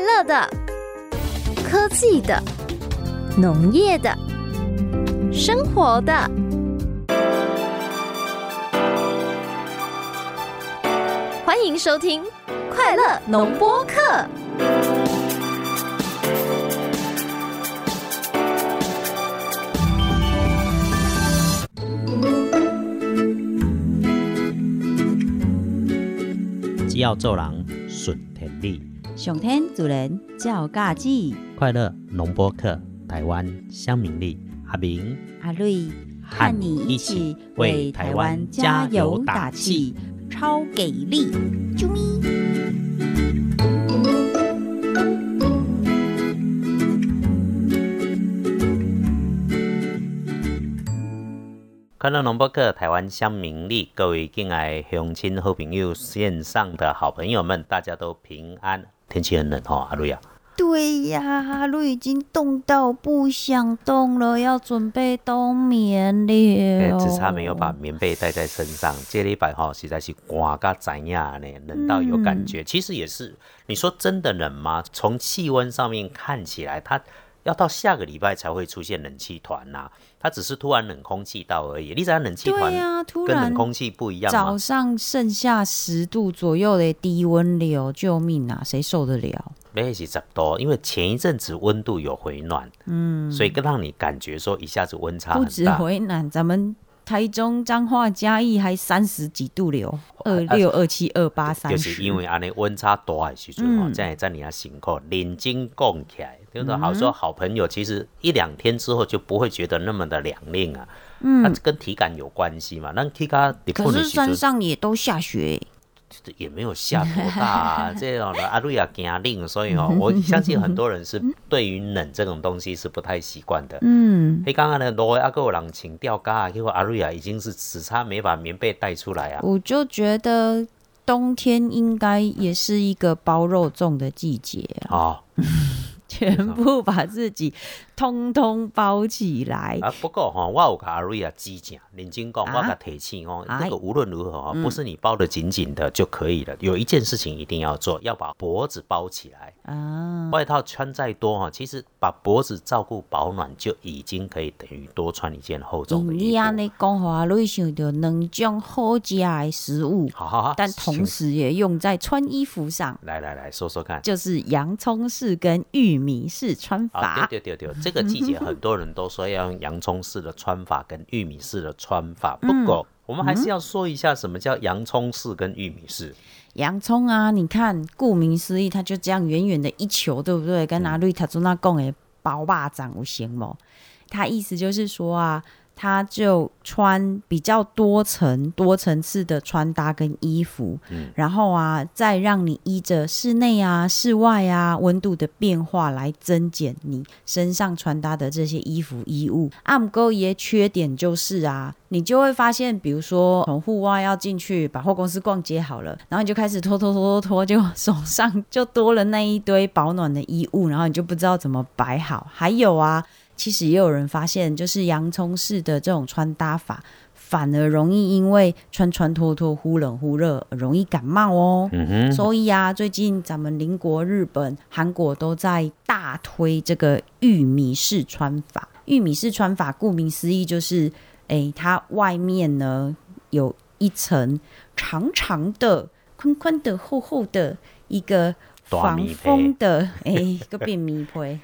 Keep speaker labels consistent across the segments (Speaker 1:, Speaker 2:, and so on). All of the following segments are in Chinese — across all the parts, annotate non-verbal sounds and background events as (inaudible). Speaker 1: 乐的、科技的、农业的、生活的。欢迎收听《快乐农播课》。
Speaker 2: 只要做人顺天理，
Speaker 3: 上天主人照家子，
Speaker 2: 快乐农播客台湾乡民力阿明，
Speaker 3: 阿瑞
Speaker 2: 和你一起为台湾加油打气，
Speaker 3: 超给力！啾咪！
Speaker 2: 快乐农播客台湾乡民力，各位敬爱乡亲好朋友，线上的好朋友们，大家都平安。天气很冷哦，阿瑞啊，
Speaker 3: 对呀，阿瑞已经冻到不想动了，要准备冬眠
Speaker 2: 哎
Speaker 3: 了。
Speaker 2: 只差没有把棉被带在身上。这礼拜哈，实在是刮个怎样呢？冷到有感
Speaker 3: 嗯
Speaker 2: 觉。其实也是，你说真的冷吗？从气温上面看起来，它要到下个礼拜才会出现冷气团呐、它只是突然冷空气到而已。你知道冷气团
Speaker 3: 对呀、突
Speaker 2: 跟
Speaker 3: 然
Speaker 2: 冷空气不一样
Speaker 3: 早
Speaker 2: 吗？
Speaker 3: 上剩下十度左右的低温流，救命啊！谁受得了？
Speaker 2: 没是差不多，因为前一阵子温度有回暖，嗯，所以更让你感觉说一下子温差
Speaker 3: 不
Speaker 2: 很
Speaker 3: 止
Speaker 2: 大。
Speaker 3: 回南，咱们台中、彰化、嘉义还三十几度流，二六、二七、二八、三
Speaker 2: 哦就是
Speaker 3: 十。
Speaker 2: 因为安尼温差大的时阵吼，
Speaker 3: 嗯
Speaker 2: 这样在你啊辛苦，冷静供起来，就是好说好朋友，其实一两天之后就不会觉得那么的凉令啊。嗯，它跟体感有关系嘛。那体感日
Speaker 3: 可
Speaker 2: 本的
Speaker 3: 是山
Speaker 2: 时阵
Speaker 3: 上也都下雪、
Speaker 2: 也没有下多大、
Speaker 3: (laughs)
Speaker 2: 啊，这种的阿瑞亚惊令，所以
Speaker 3: 嗯
Speaker 2: 哦，我相信很多人是对于冷这种东西是不太习惯的。
Speaker 3: 嗯，
Speaker 2: 你刚刚呢，罗阿有人请吊嘎啊，结果阿瑞亚已经是只差没把棉被带出来啊。
Speaker 3: 我就觉得冬天应该也是一个包肉粽的季节啊，
Speaker 2: 哦，
Speaker 3: 全部把自己通通包起来。
Speaker 2: 啊，不过吼、我有甲阿瑞啊指正，认真
Speaker 3: 啊
Speaker 2: 讲，我甲提醒哦，
Speaker 3: 哎
Speaker 2: 那个无论如何
Speaker 3: 嗯
Speaker 2: 哦，不是你包的紧紧的就可以了。有一件事情一定要做，要把脖子包起来。
Speaker 3: 啊，
Speaker 2: 外套穿再多哈，其实把脖子照顾保暖就已经可以等于多穿一件厚重的
Speaker 3: 嗯你
Speaker 2: 衣
Speaker 3: 安
Speaker 2: 服。
Speaker 3: 尼讲话，你想到两种好食的食物，
Speaker 2: 好好好，
Speaker 3: 但同
Speaker 2: 行
Speaker 3: 时也用在穿衣服上，
Speaker 2: 来来来说说看。
Speaker 3: 就是洋葱式跟玉米式穿
Speaker 2: 啊，
Speaker 3: 法。
Speaker 2: 对对对对，这个季节很多人都说要用洋葱式的穿法跟玉米式的穿
Speaker 3: (laughs)
Speaker 2: 法，
Speaker 3: 嗯
Speaker 2: 不过我们还是要说一下什么叫洋葱式跟玉米式。
Speaker 3: 洋葱啊，你看，顾名思义，它就这样远远的一球，对不对？跟阿瑞塔祖那讲的包霸掌有形吗？哦他意思就是说啊，他就穿比较多层、多层次的穿搭跟衣服，
Speaker 2: 嗯
Speaker 3: 然后啊，再让你依着室内啊、室外啊温度的变化来增减你身上穿搭的这些衣服衣物。啊阿姆沟爷缺点就是啊，你就会发现，比如说从户外要进去百货公司逛街好了，然后你就开始脱脱脱脱脱，就手上就多了那一堆保暖的衣物，然后你就不知道怎么摆好。还有啊，其实也有人发现，就是洋葱式的这种穿搭法，反而容易因为穿穿脱脱、忽冷忽热，容易感冒哦。
Speaker 2: 嗯哼，
Speaker 3: 所以啊，最近咱们邻国日本、韩国都在大推这个玉米式穿法。玉米式穿法，顾名思义就是，诶，它外面呢有一层长长的、宽宽的、厚厚的一个
Speaker 2: 大
Speaker 3: 防
Speaker 2: 棉被
Speaker 3: 风的，诶，一个便棉被。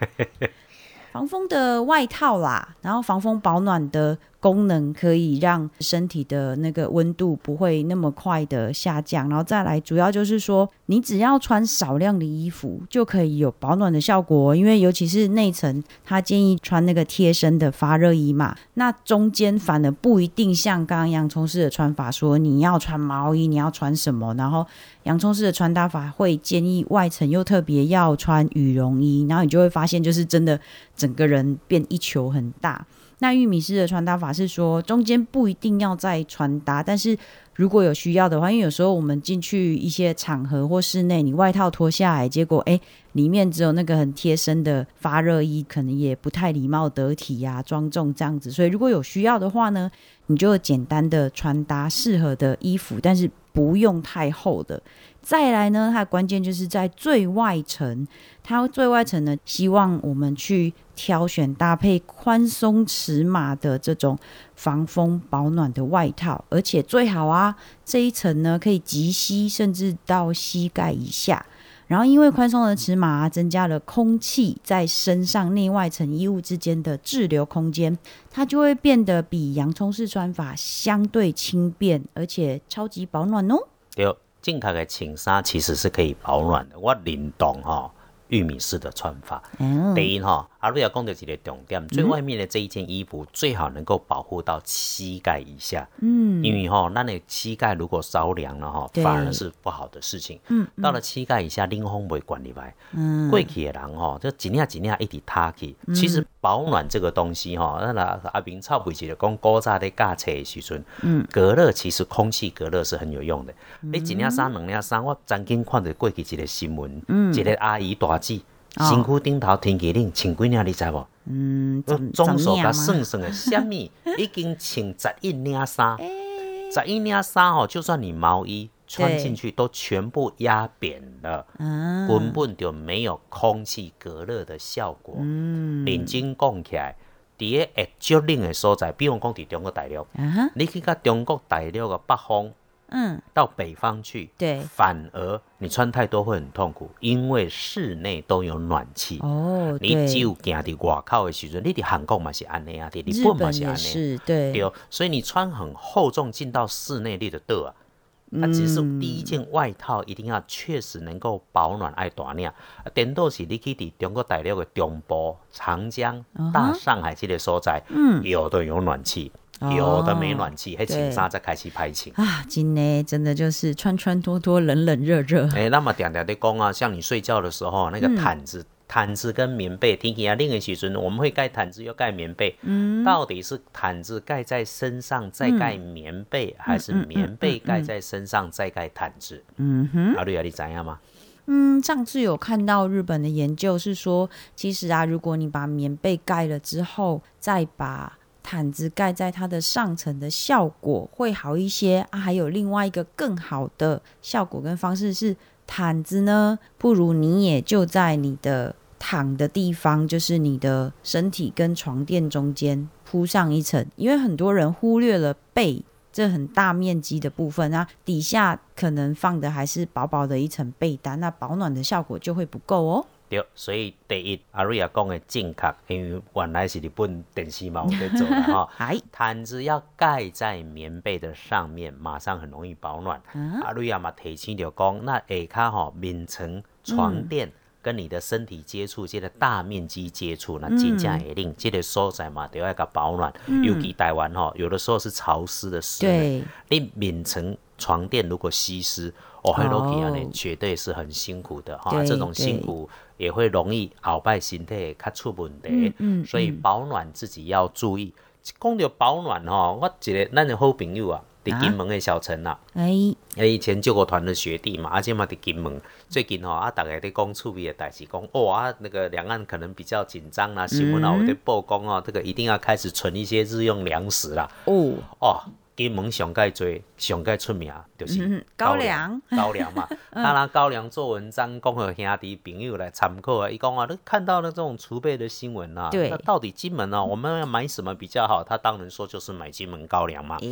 Speaker 3: 防风的外套啦，然后防风保暖的功能可以让身体的那个温度不会那么快的下降，然后再来主要就是说，你只要穿少量的衣服就可以有保暖的效果，因为尤其是内层，他建议穿那个贴身的发热衣嘛，那中间反而不一定像刚刚洋葱式的穿法说你要穿毛衣，你要穿什么，然后洋葱式的穿搭法会建议外层又特别要穿羽绒衣，然后你就会发现就是真的整个人变一球很大。那玉米式的穿搭法是说中间不一定要再穿搭，但是如果有需要的话，因为有时候我们进去一些场合或室内，你外套脱下来，结果哎、诶里面只有那个很贴身的发热衣，可能也不太礼貌得体呀、庄重这样子。所以如果有需要的话呢，你就简单的穿搭适合的衣服，但是不用太厚的。再来呢，它的关键就是在最外层，它最外层呢，希望我们去挑选搭配宽松尺码的这种防风保暖的外套，而且最好啊，这一层呢可以及膝甚至到膝盖以下。然后，因为宽松的尺码、啊、增加了空气在身上内外层衣物之间的滞留空间，它就会变得比洋葱式穿法相对轻便，而且超级保暖哦。
Speaker 2: 对，正确的穿衫其实是可以保暖的。我认同哈玉米式的穿法。
Speaker 3: 嗯，
Speaker 2: 第一哈，阿瑞要讲到一个重点，最外面的这一件衣服最好能够保护到膝盖以下，
Speaker 3: 嗯
Speaker 2: 因为哈，那你膝盖如果着凉了哈，
Speaker 3: 对
Speaker 2: 反而是不好的事情。
Speaker 3: 嗯
Speaker 2: 到了膝盖以下，冷风不会管你来。
Speaker 3: 嗯，
Speaker 2: 过去的人吼，就一领一领一直塌去。其实保暖这个东西吼，那那阿明臭不是就讲古早在驾车的时阵，
Speaker 3: 嗯，
Speaker 2: 隔热其实空气隔热是很有用的。你一领衫、两领衫，我曾经看到过去一个新闻，
Speaker 3: 嗯
Speaker 2: 一个阿姨大姐，
Speaker 3: 哦
Speaker 2: 身躯顶头天气冷，穿几领你知无？
Speaker 3: 嗯，
Speaker 2: 我
Speaker 3: 怎
Speaker 2: 总
Speaker 3: 怎
Speaker 2: 数
Speaker 3: 么
Speaker 2: 甲
Speaker 3: 样吗？
Speaker 2: 算算的，什
Speaker 3: (laughs)
Speaker 2: 么已经穿十一领衫，十一领衫吼，就算你毛衣穿进去都全部压扁了。
Speaker 3: 嗯，
Speaker 2: 根本就没有空气隔热的效果。
Speaker 3: 嗯
Speaker 2: 认真讲起来，伫个会足冷的所在，比方讲伫中国大陆，
Speaker 3: 啊哈，
Speaker 2: 你去到中国大陆的北方
Speaker 3: 嗯，
Speaker 2: 到北方去，
Speaker 3: 对
Speaker 2: 反而你穿太多会很痛苦，因为室内都有暖气。
Speaker 3: 哦，
Speaker 2: 你
Speaker 3: 对，
Speaker 2: 只有行伫外口的时阵，你伫韩国嘛是安尼啊，伫
Speaker 3: 日
Speaker 2: 日本嘛
Speaker 3: 本
Speaker 2: 是
Speaker 3: 也
Speaker 2: 安尼。
Speaker 3: 是，对，
Speaker 2: 对，哦所以你穿很厚重进到室内，你的得啊。
Speaker 3: 嗯
Speaker 2: 啊，只是第一件外套一定要确实能够保暖爱大领。啊，颠倒是你去伫中国大陆的中部、长江、大上海这个所在，
Speaker 3: 嗯
Speaker 2: 有的有暖气，
Speaker 3: 哦
Speaker 2: 有的没暖气，还
Speaker 3: 对
Speaker 2: 穿衫才开始拍情。
Speaker 3: 啊，今天真的就是穿穿脱脱，冷冷热热。
Speaker 2: 哎、那么点点的讲啊，像你睡觉的时候，啊那个
Speaker 3: 嗯
Speaker 2: 毯子、毯子跟棉被，天气啊冷的时阵，我们会盖毯子又盖棉被。嗯，到底是毯子盖在身上再
Speaker 3: 嗯
Speaker 2: 盖棉被，还是棉被盖在身上再盖毯子？
Speaker 3: 嗯哼，
Speaker 2: 阿瑞啊，你怎样吗？
Speaker 3: 嗯，上次有看到日本的研究是说，其实啊，如果你把棉被盖了之后，再把毯子盖在它的上层的效果会好一些啊。还有另外一个更好的效果跟方式是，毯子呢，不如你也就在你的躺的地方，就是你的身体跟床垫中间铺上一层，因为很多人忽略了被这很大面积的部分，那底下可能放的还是薄薄的一层被单，那保暖的效果就会不够哦。。
Speaker 2: 对，所以第一，阿瑞啊讲的正确，因为原来是日本电视嘛，我在做的哈
Speaker 3: 哎，
Speaker 2: 毯子要盖在棉被的上面，马上很容易保暖。
Speaker 3: 啊
Speaker 2: 阿瑞亚嘛提醒着讲，那下骹吼面层床垫跟你的身体接触，这个大面积接触，那真正会令这个所在嘛都要个保暖。尤其台湾吼，有的时候是潮湿的室内，
Speaker 3: 对，
Speaker 2: 你面层床垫如果吸湿，哦，黑落去啊，
Speaker 3: 哦
Speaker 2: 你绝对是很辛苦的哈、
Speaker 3: 对
Speaker 2: 这种辛
Speaker 3: 对
Speaker 2: 苦也会容易后摆身体会较出问题。
Speaker 3: 嗯嗯
Speaker 2: 所以保暖自己要注意。讲到保暖吼、我一个咱的好朋友啊，伫
Speaker 3: 啊
Speaker 2: 金门的小陈啊
Speaker 3: 哎，
Speaker 2: 诶，以前救国团的学弟嘛，而啊且嘛伫金门，最近吼、啊，大家在讲趣味的代志，讲哦啊，那个两岸可能比较紧张啦，新闻啊，
Speaker 3: 嗯
Speaker 2: 有在曝光哦，这个一定要开始存一些日用粮食啦。
Speaker 3: 哦，
Speaker 2: 哦，金门上盖多、上盖出名就是
Speaker 3: 嗯高粱，
Speaker 2: 高粱
Speaker 3: (laughs)
Speaker 2: 嘛。他拿高粱做文章，讲给兄弟朋友来参考啊。伊讲啊，你看到了这种储备的新闻啊，
Speaker 3: 对
Speaker 2: 那到底金门啊，我们要买什么比较好？他当然说就是买金门高粱嘛。
Speaker 3: 哎，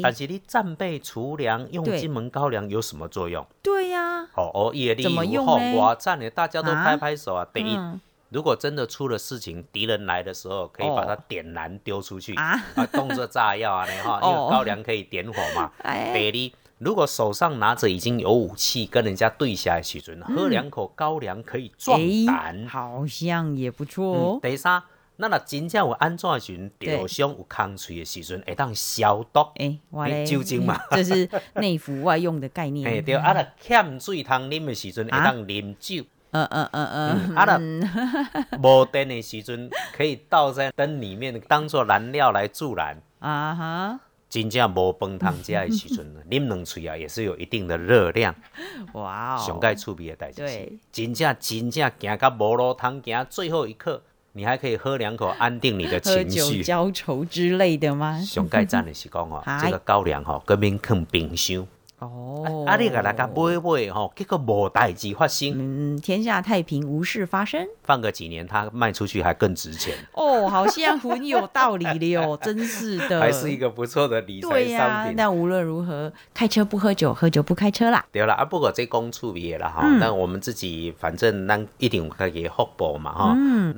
Speaker 2: 但是你战备储粮，用
Speaker 3: 对
Speaker 2: 金门高粱有什么作用？
Speaker 3: 对呀，
Speaker 2: 哦，哦，业力
Speaker 3: 怎么
Speaker 2: 如
Speaker 3: 用
Speaker 2: 后，
Speaker 3: 嘞
Speaker 2: 哇，赞的，大家都
Speaker 3: 啊
Speaker 2: 拍拍手啊！第一，
Speaker 3: 嗯
Speaker 2: 如果真的出了事情，敌人来的时候，可以把它
Speaker 3: 哦
Speaker 2: 点燃丢出去
Speaker 3: 啊，
Speaker 2: 当作炸药啊，你哈，因
Speaker 3: (laughs) 哦
Speaker 2: 为高粱可以点火嘛。
Speaker 3: 哎，
Speaker 2: 第二，如果手上拿着已经有武器跟人家对下的时阵，
Speaker 3: 嗯
Speaker 2: 喝两口高粱可以壮胆
Speaker 3: 哎。好像也不错
Speaker 2: 嗯
Speaker 3: 哦。
Speaker 2: 第三，那若真正有安怎的时阵，
Speaker 3: 对
Speaker 2: 受伤有空喙的时阵，会当消毒。
Speaker 3: 哎，我
Speaker 2: 哎
Speaker 3: 嘞，
Speaker 2: 酒精嘛
Speaker 3: 嗯，这是内服外用的概
Speaker 2: (laughs) 嘿，
Speaker 3: 念。
Speaker 2: 对，啊，若欠水通啉的时阵，会
Speaker 3: 嗯啊
Speaker 2: 当啉酒。
Speaker 3: 嗯嗯嗯嗯，
Speaker 2: 啊，那无灯的时阵，可以倒在灯里面当做燃料来助燃。
Speaker 3: 啊哈。
Speaker 2: 真正无饭通食的时
Speaker 3: (laughs)
Speaker 2: 阵，啉两喙啊，也是有一定的热量。
Speaker 3: 哇哦，
Speaker 2: 上盖趣味的代志是
Speaker 3: 对，
Speaker 2: 真正真正行到无路通行，最后一刻，你还可以喝两口，安定你的
Speaker 3: 喝
Speaker 2: 情
Speaker 3: 酒
Speaker 2: 绪。
Speaker 3: 浇愁之类的吗？
Speaker 2: 上盖赞的是讲哦
Speaker 3: (laughs) ，嗨
Speaker 2: 这个高粱哦，跟免放冰箱，
Speaker 3: 哦，
Speaker 2: 啊，你给大家买买吼，结果无代志发生，
Speaker 3: 嗯，天下太平，无事发生。
Speaker 2: 放个几年，它卖出去还更值钱，
Speaker 3: 哦，好像很有道理的 (laughs) 哟，真是的。
Speaker 2: 还是一个不错的理财
Speaker 3: 呃对呀、
Speaker 2: 商品。
Speaker 3: 但无论如何，开车不喝酒，喝酒不开车啦。
Speaker 2: 对啦，啊，不过这讲趣味的啦吼，但我们自己反正咱一定有家己的福报嘛吼，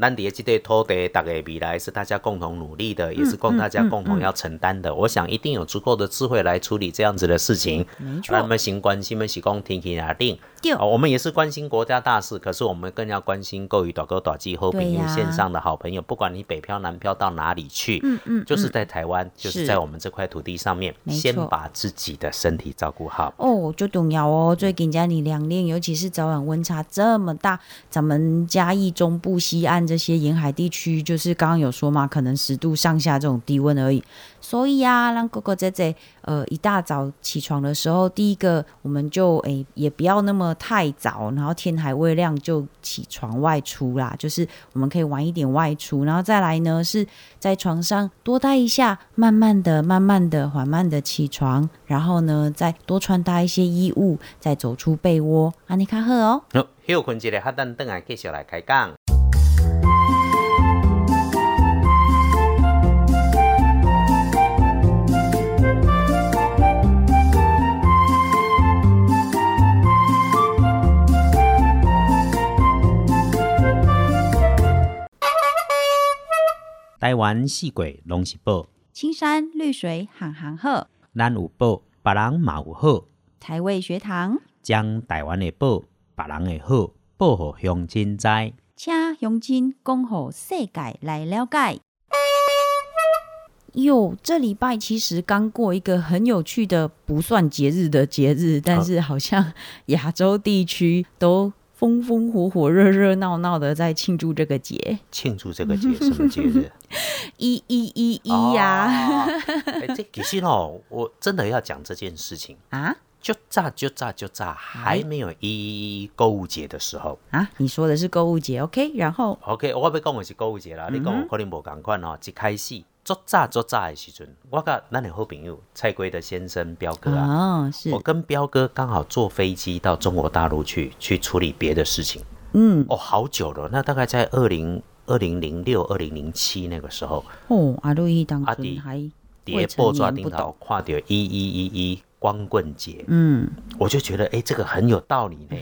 Speaker 2: 咱伫这块土地，大家的未来是大家共同努力的，也是共大家共同要承担的。我想一定有足够的智慧来处理这样子的事情。
Speaker 3: 没
Speaker 2: 那
Speaker 3: 错，
Speaker 2: 么行关心们是讲天气啊定
Speaker 3: 对，
Speaker 2: 哦我们也是关心国家大事，可是我们更要关心各与岛哥、岛际后
Speaker 3: 对
Speaker 2: 朋友
Speaker 3: 呀
Speaker 2: 线上的好朋友，不管你北漂南漂到哪里去，
Speaker 3: 嗯嗯，
Speaker 2: 就是
Speaker 3: 嗯
Speaker 2: 在台湾，就是
Speaker 3: 是
Speaker 2: 在我们这块土地上面，
Speaker 3: 没
Speaker 2: 先
Speaker 3: 错
Speaker 2: 把自己的身体照顾好。
Speaker 3: 哦，就重要哦。最近家里两年，尤其是早晚温差这么大，咱们嘉义中部、西岸这些沿海地区，就是刚刚有说嘛，可能十度上下这种低温而已。所以啊，让哥哥姐姐呃一大早起床的时候，第一个我们就诶、也不要那么太早，然后天还未亮就起床外出啦，就是我们可以晚一点外出，然后再来呢是在床上多待一下，慢慢的、慢慢的、缓慢的起床，然后呢再多穿搭一些衣物，再走出被窝。阿尼卡赫哦，
Speaker 2: 好，休困一下，哈，等等下继续来开讲。台湾四季拢是宝，
Speaker 3: 青山绿水行行鹤，
Speaker 2: 咱有宝，别人嘛有好，
Speaker 3: 台味学堂，
Speaker 2: 将台湾的宝，别人的好，报互乡亲知。
Speaker 3: 请用金恭候世界来了解。哟，这礼拜其实刚过一个很有趣的不算节日的节日，但是好像亚洲地区都风风火火、热热闹闹的在庆祝这个节。
Speaker 2: 庆祝这个节什么节日？
Speaker 3: 一一 (laughs) 一一呀、
Speaker 2: 哦！哎、这其实哦，我真的要讲这件事情。
Speaker 3: 啊
Speaker 2: 就炸就炸就炸，还没有一一一购物节的时候。
Speaker 3: 啊！你说的是购物节，OK？然后
Speaker 2: OK，我要讲的是购物节
Speaker 3: 嗯
Speaker 2: 啦，你讲我可能无共款哦。一开始足炸足炸的时阵，我甲咱的好朋友蔡圭的先生彪哥啊，
Speaker 3: 哦，是
Speaker 2: 我跟彪哥刚好坐飞机到中国大陆去去处理别的事情。
Speaker 3: 嗯
Speaker 2: 哦，好久了，那大概在二零二零零六、二零零七那个时候，
Speaker 3: 哦，阿路易当
Speaker 2: 阿
Speaker 3: 中
Speaker 2: 迪
Speaker 3: 还
Speaker 2: 碟
Speaker 3: 未
Speaker 2: 报
Speaker 3: 成
Speaker 2: 抓
Speaker 3: 年
Speaker 2: 顶
Speaker 3: 不
Speaker 2: 头
Speaker 3: 懂，
Speaker 2: 看到一一一一光棍节。
Speaker 3: 嗯，
Speaker 2: 我就觉得，哎、这个很有道理
Speaker 3: (laughs)
Speaker 2: 呢。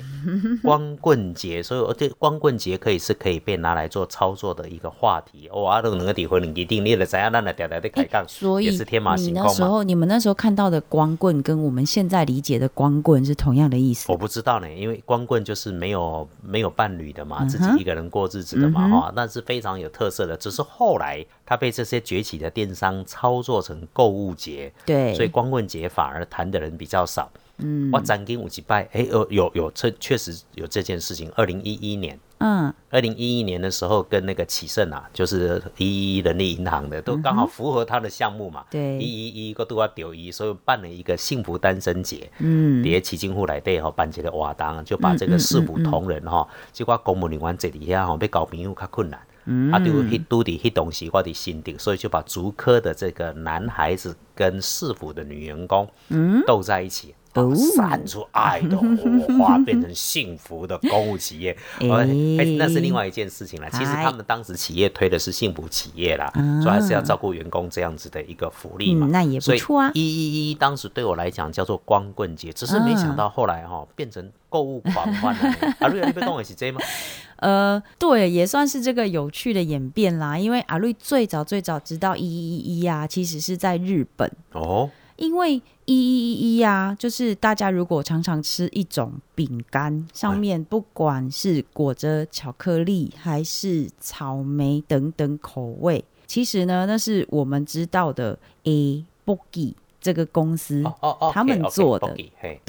Speaker 2: 光棍节，所以我对光棍节可以是可以被拿来做操作的一个话题。哦，啊，都两个底回两个定，你了怎样啊让那条条的开杠，
Speaker 3: 哎所以
Speaker 2: 也是天马
Speaker 3: 你
Speaker 2: 行
Speaker 3: 那
Speaker 2: 空
Speaker 3: 时
Speaker 2: 嘛。
Speaker 3: 候你们那时候看到的光棍跟我们现在理解的光棍是同样的意思
Speaker 2: 我不知道呢，因为光棍就是没有没有伴侣的嘛，自己
Speaker 3: 嗯哼嗯
Speaker 2: 一个人过日子的嘛，哈、那是非常有特色的。只是后来他被这些崛起的电商操作成购物节，
Speaker 3: 对，
Speaker 2: 所以光棍节反而谈的人比较少。嗯，我曾经有几拜，哎、有有有，这确实有这件事情。二零一一年，
Speaker 3: 嗯，
Speaker 2: 二零一一年的时候，跟那个启盛啊，就是一一人力银行的，都刚好符合他的项目嘛。
Speaker 3: 对
Speaker 2: 一一一个都要丢一，所以办了一个幸福单身节。
Speaker 3: 嗯，
Speaker 2: 底下起进户来对吼，办一个活动，就把这个市府同仁吼，即我公务人员这里遐吼，要交朋友较困难。啊，就迄拄伫迄当时我伫新竹，所以就把竹科的这个男孩子跟市府的女员工斗在一起。
Speaker 3: 哦
Speaker 2: 散出爱的火花，变成幸福的公务企业，
Speaker 3: 哎
Speaker 2: 哦哎，那是另外一件事情了。其实
Speaker 3: 哎啊
Speaker 2: 他们当时企业推的是幸福企业啦，所以还是要照顾员工这样子的一个福利嘛。
Speaker 3: 嗯那也不错啊
Speaker 2: 一一一当时对我来讲叫做光棍节，只是没想到后来哈、变成购物狂欢了呢。啊，瑞，你被跟我是这
Speaker 3: (laughs)
Speaker 2: 吗？
Speaker 3: 呃，对，也算是这个有趣的演变啦。因为阿瑞最早最早知道一一一一啊，其实是在日本。
Speaker 2: 哦，
Speaker 3: 因为一一一一啊，就是大家如果常常吃一种饼干，上面不管是裹着巧克力还是草莓等等口味，其实呢，那是我们知道的 A Bogi 这个公司。
Speaker 2: 哦哦哦，
Speaker 3: 他们做的
Speaker 2: o k 嘿，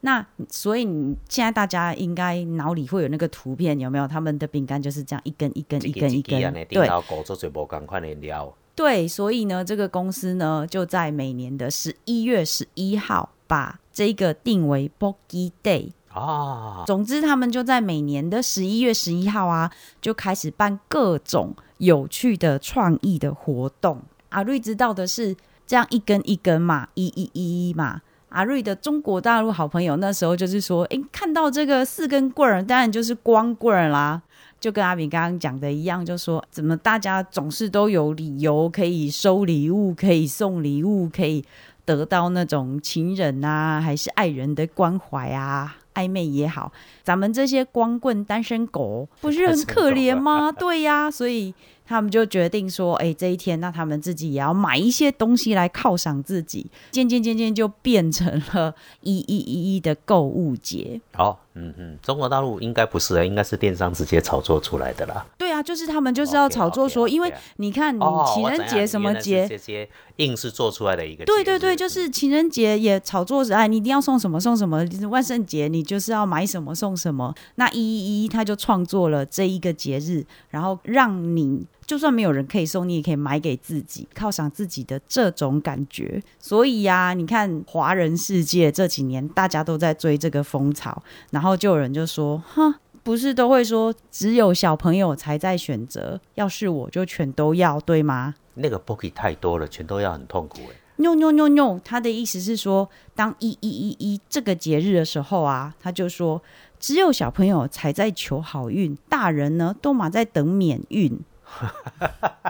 Speaker 3: 那所以你现在大家应该脑里会有那个图片，有没有？他们的饼干就是这样一根一根一根一根，
Speaker 2: 啊，顶
Speaker 3: 对
Speaker 2: 头狗做最无共款的料。
Speaker 3: 对，所以呢，这个公司呢就在每年的十一月十一号把这个定为 Bogi Day。
Speaker 2: 啊，
Speaker 3: 总之，他们就在每年的十一月十一号啊，就开始办各种有趣的创意的活动。阿瑞知道的是，这样一根一根嘛，一一一一嘛。阿瑞的中国大陆好朋友那时候就是说，诶，看到这个四根棍儿，当然就是光棍儿啦。就跟阿炳刚刚讲的一样，就说怎么大家总是都有理由可以收礼物，可以送礼物，可以得到那种情人啊，还是爱人的关怀啊，暧昧也好，咱们这些光棍单身狗不是很可怜吗？对呀、所以他们就决定说，哎、这一天那他们自己也要买一些东西来犒赏自己，渐渐渐渐就变成了一一一一的购物节。
Speaker 2: 哦，嗯嗯，中国大陆应该不是，啊应该是电商直接炒作出来的啦。
Speaker 3: 对啊，就是他们就是要
Speaker 2: OK，
Speaker 3: 炒作
Speaker 2: OK，
Speaker 3: 说
Speaker 2: OK
Speaker 3: 因为你看你
Speaker 2: 哦，
Speaker 3: 情
Speaker 2: 我
Speaker 3: 人
Speaker 2: 怎样
Speaker 3: 节什么节，
Speaker 2: 原来是这些硬是做出来的一个节日。
Speaker 3: 对对对，就是情人节也炒作着，哎，你一定要送什么送什么，万圣节你就是要买什么送什么。那一一一他就创作了这一个节日，然后让你就算没有人可以送，你也可以买给自己，犒赏自己的这种感觉。所以呀、你看华人世界这几年大家都在追这个风潮，然后就有人就说，哼。不是都会说只有小朋友才在选择，要是我就全都要，对吗？
Speaker 2: 那个 bookie 太多了，全都要很痛苦哎。
Speaker 3: no no no no，他的意思是说，当一一一一这个节日的时候啊，他就说，只有小朋友才在求好运，大人呢都嘛在等免运，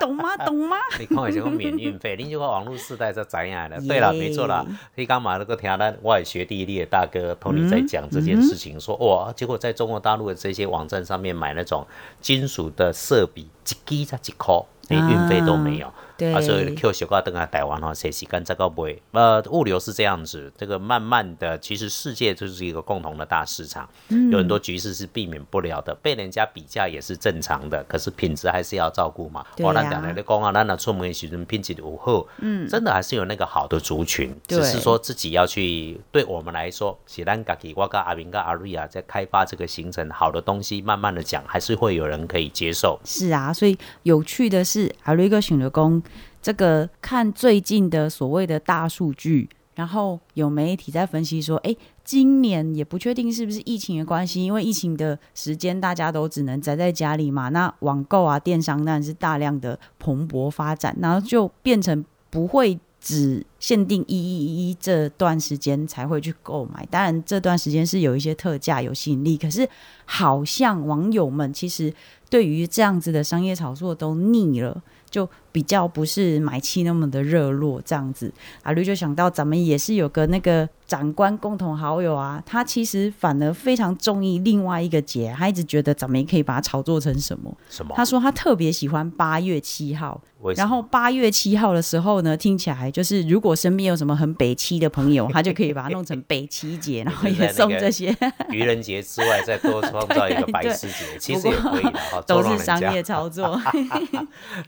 Speaker 3: 懂吗？懂吗？
Speaker 2: 你看我讲免运费，你这个网络时代在怎样的？对了，没错啦。你刚嘛那个听到我的学弟你的大哥 Tony 在讲这件事情，说哇，结果在中国大陆的这些网站上面买那种金属的色笔，一支才一块，连运费都没有。(laughs)
Speaker 3: 对
Speaker 2: 啊，所以 Q 小挂灯啊，台湾哦，谁时间这个不会？呃，物流是这样子，这个慢慢的，其实世界就是一个共同的大市场，
Speaker 3: 嗯
Speaker 2: 有很多局势是避免不了的，被人家比价也是正常的，可是品质还是要照顾嘛。
Speaker 3: 对
Speaker 2: 哦，咱
Speaker 3: 呀
Speaker 2: 讲来的讲啊，咱若出门的时阵品质有好，嗯，真的还是有那个好的族群，
Speaker 3: 对
Speaker 2: 只是说自己要去，对我们来说，是咱家己，我跟阿明跟阿瑞啊，在开发这个行程，好的东西，慢慢的讲，还是会有人可以接受。
Speaker 3: 是啊，所以有趣的是，阿瑞哥选了工，这个看最近的所谓的大数据，然后有媒体在分析说，哎，今年也不确定是不是疫情的关系，因为疫情的时间大家都只能宅在家里嘛，那网购啊、电商当然是大量的蓬勃发展，然后就变成不会。只限定一一一这段时间才会去购买，当然这段时间是有一些特价有吸引力，可是好像网友们其实对于这样子的商业炒作都腻了，就比较不是买气那么的热络这样子。阿绿就想到咱们也是有个那个长官共同好友啊，他其实反而非常中意另外一个节，他一直觉得咱们也可以把它炒作成什么。
Speaker 2: 什么
Speaker 3: 他？说他特别喜欢八月七号，
Speaker 2: 为什
Speaker 3: 然后
Speaker 2: 么
Speaker 3: 八月七号的时候呢，听起来就是如果身边有什么很北七的朋友，他就可以把它弄成北
Speaker 2: (laughs)
Speaker 3: 七节，然后
Speaker 2: 就是在
Speaker 3: 也
Speaker 2: 那
Speaker 3: 送
Speaker 2: 个
Speaker 3: 这些。 (laughs)
Speaker 2: (laughs) 愚人节之外，再多创造一个
Speaker 3: 对
Speaker 2: 白
Speaker 3: 对
Speaker 2: 师节，其实也可以的哈，
Speaker 3: (laughs) 都
Speaker 2: 捉弄
Speaker 3: 是
Speaker 2: 人
Speaker 3: 商
Speaker 2: 家
Speaker 3: 业操作，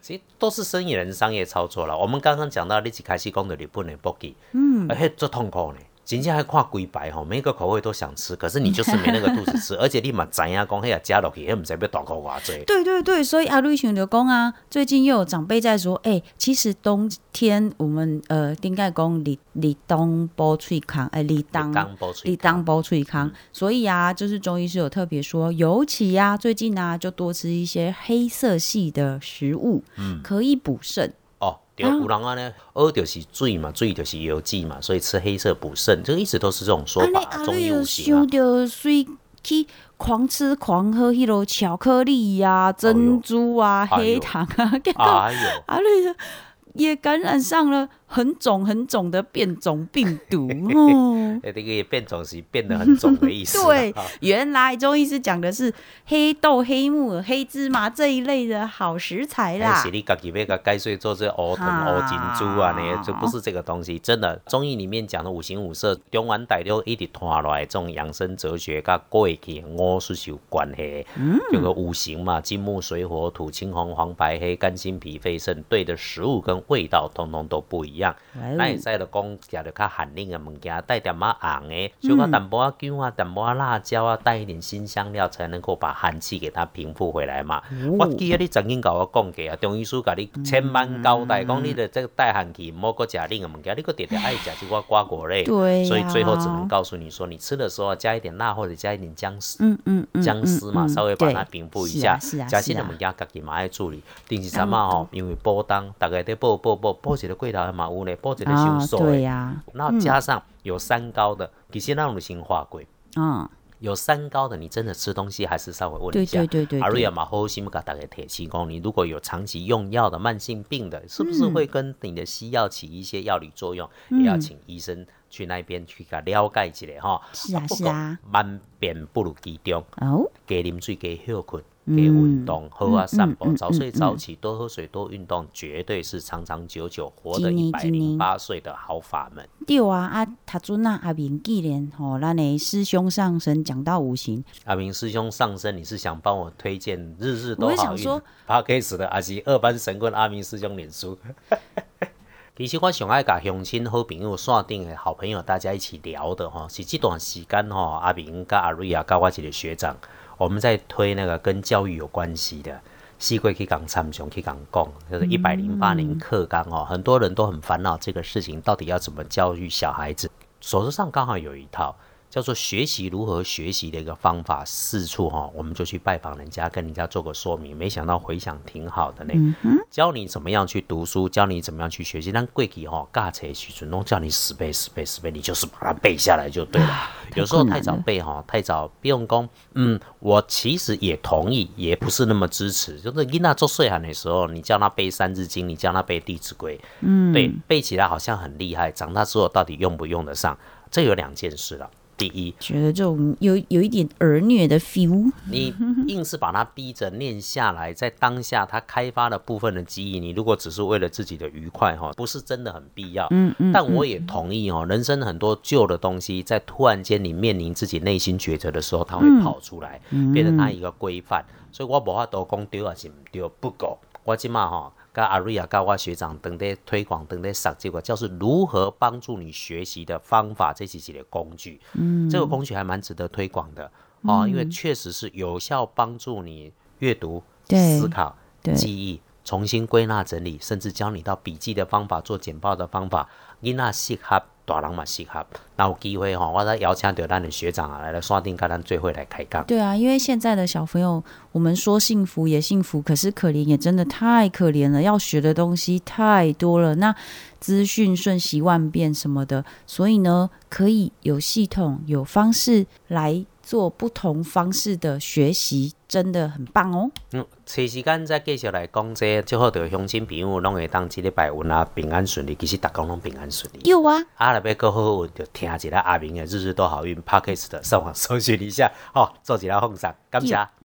Speaker 2: 其实都是生意人商业操作啦。我们刚刚讲到，你一开始讲的日本的 b o g 嗯，而且做痛苦呢。真正还看龟白吼，每一个口味都想吃，可是你就是没那个肚
Speaker 3: (laughs)
Speaker 2: 子吃，而且你嘛知影讲，迄个加落去，迄唔知要大口偌济。
Speaker 3: 对对对，所以阿瑞想就讲啊，最近又有长辈在说，哎、其实冬天我们呃，顶盖讲立立冬剥脆康，哎、立冬
Speaker 2: 刚播出，
Speaker 3: 立冬剥脆
Speaker 2: 嗯
Speaker 3: 康，所以啊，就是中医师有特别说，尤其啊，最近啊，就多吃一些黑色系的食物，
Speaker 2: 嗯
Speaker 3: 可以补肾。
Speaker 2: 哦，对，有人安尼，二就是水嘛，水就是油剂嘛，所以吃黑色补肾，这个一直都是这种说
Speaker 3: 尼
Speaker 2: 法，中医五行啊
Speaker 3: 想。到水去狂吃狂喝迄落巧克力呀、珍珠啊、
Speaker 2: 哦哎呦
Speaker 3: 黑糖啊， (laughs) 结果。
Speaker 2: 哎呦，
Speaker 3: 阿瑞呢也感染上了很肿很肿的变种病
Speaker 2: (laughs)
Speaker 3: 毒哦。
Speaker 2: 哎，这个也变种是变得很肿的意思啦。
Speaker 3: (laughs) 对
Speaker 2: 哈，
Speaker 3: 原来中医师讲的是黑豆、黑木耳、黑芝麻这一类的好食材
Speaker 2: 哎，
Speaker 3: 啦
Speaker 2: 是。你自己要甲解水做这乌藤、乌珍珠啊，呢，这不是这个东西。真的，中医里面讲的五行五色，中原大陆一直传落来这种养生哲学，甲过去的五术是有关系。嗯，这个五行嘛，金木水火土，青红黄白黑，肝心脾肺肾，对的食物跟味道通通都不一样。
Speaker 3: 哎
Speaker 2: 咱会使就讲食着较寒冷的物件，带点仔红的，小可淡薄仔姜啊、淡薄仔辣椒啊，带一点新香料，才能够把寒气给它平复回来嘛。我
Speaker 3: 哦嗯
Speaker 2: 记得你曾经甲我讲过啊，中医师甲你千万交代，讲你着这个带寒气，毋好搁食冷的物件，你搁直直爱食即个瓜果类。
Speaker 3: 对啊
Speaker 2: 所以最后只能
Speaker 3: 呀
Speaker 2: 告诉你说，你吃的时候加一点辣或者加一点姜丝。
Speaker 3: 嗯嗯嗯，
Speaker 2: 僵尸嘛，
Speaker 3: 嗯嗯
Speaker 2: 稍微把它
Speaker 3: 对
Speaker 2: 平复一
Speaker 3: 是
Speaker 2: 下。
Speaker 3: 啊是啊，
Speaker 2: 假
Speaker 3: 是
Speaker 2: 新的
Speaker 3: 啊嗯
Speaker 2: 物件，家己嘛爱处理。定时阵嘛吼，因为波动，大家在报报报报一个过头嘛，嘛有呢，保值的
Speaker 3: 啊嗯
Speaker 2: 收，缩
Speaker 3: 对
Speaker 2: 的。
Speaker 3: 呀、
Speaker 2: 那加上有三高的，其实那种型化贵，
Speaker 3: 嗯，
Speaker 2: 有三高的，你真的吃东西还是稍微问
Speaker 3: 对
Speaker 2: 一下。
Speaker 3: 对对对
Speaker 2: 阿瑞啊
Speaker 3: 对
Speaker 2: 亚马后心给大家提醒哦，你如果有长期用药的慢性病的，是不
Speaker 3: 嗯
Speaker 2: 是会跟你的西药起一些药理作用？也要请医生去那边去给他了解一下哈。
Speaker 3: 是啊
Speaker 2: 不
Speaker 3: 是
Speaker 2: 过
Speaker 3: 啊，
Speaker 2: 万变不如其中，
Speaker 3: 哦，
Speaker 2: 加啉水，加休困，加
Speaker 3: 嗯
Speaker 2: 运动，好啊，散步，早睡早起，多喝水，多运动，绝对是长长久久活得
Speaker 3: 真
Speaker 2: 一
Speaker 3: 的
Speaker 2: 百
Speaker 3: 真
Speaker 2: 零
Speaker 3: 的
Speaker 2: 八岁的好法门。
Speaker 3: 对啊啊，他阵啊阿明既然吼，咱的师兄上身讲到五行，
Speaker 2: 阿明师兄上身，你是想帮我推荐日日都
Speaker 3: 我是
Speaker 2: 好
Speaker 3: 想
Speaker 2: 运
Speaker 3: 说
Speaker 2: p a r k a s 的还是二班神棍阿明师兄脸书？ (laughs) 其实我上爱甲乡亲、好朋友、线顶的好朋友大家一起聊的吼，是这段时间吼，阿明跟阿瑞啊，跟我一个学长，我们在推那个跟教育有关系的。西贵去港参详去港讲，就是一百零八年课纲哦，很多人都很烦恼这个事情，到底要怎么教育小孩子？手头上刚好有一套叫做“学习如何学习”的一个方法，四处哈、我们就去拜访人家，跟人家做个说明。没想到回响挺好的呢，教你怎么样去读书，教你怎么样去学习。但贵体哈，尬扯许准都叫你死背死背死背，你就是把它背下来就对了。有时候
Speaker 3: 啊困难
Speaker 2: 太早
Speaker 3: 了
Speaker 2: 背哈，太早不用功。嗯，我其实也同意，也不是那么支持。就是伊娜做岁寒的时候，你叫他背《三字经》，你叫他背《弟子规》，嗯，对，背起来好像很厉害，长大之后到底用不用得上？这有两件事了。第一，
Speaker 3: 觉得这种有有一点儿虐的 feel，
Speaker 2: 你硬是把它逼着念下来，在当下它开发的部分的记忆，你如果只是为了自己的愉快哈，不是真的很必要。嗯嗯。但我也同意哦，人生很多旧的东西，在突然间你面临自己内心抉择的时候，它会跑出来，变成它一个规范。所以我无法度讲对还是唔对，不过我即马吼。跟阿瑞亚、啊跟我学长等在推广、等在上这个，就是如何帮助你学习的方法，这是一个工具。嗯，这个工具还蛮值得推广的哦，因
Speaker 3: 嗯
Speaker 2: 为确实是有效帮助你阅读、
Speaker 3: 对
Speaker 2: 思考、
Speaker 3: 对
Speaker 2: 记忆、重新归纳整理，甚至教你到笔记的方法、做简报的方法。囡仔适合，大人嘛适合。那有机会吼、我再邀请到咱的学长啊来来山顶，跟咱最会来开讲。
Speaker 3: 对啊，因为现在的小朋友，我们说幸福也幸福，可是可怜也真的太可怜了，要学的东西太多了，那资讯瞬息万变什么的，所以呢，可以有系统、有方式来做不同方式的学习，真的很棒哦。
Speaker 2: 嗯，找时间再继续来讲这个，最好着乡亲朋友拢会当即礼拜运啊平安顺利，其实逐工拢平安顺利。
Speaker 3: 有啊，
Speaker 2: 啊，若要过好运，就听一下阿明的《日日都好运》Pockets 的上网搜寻一下，哦，做一下奉上，感谢。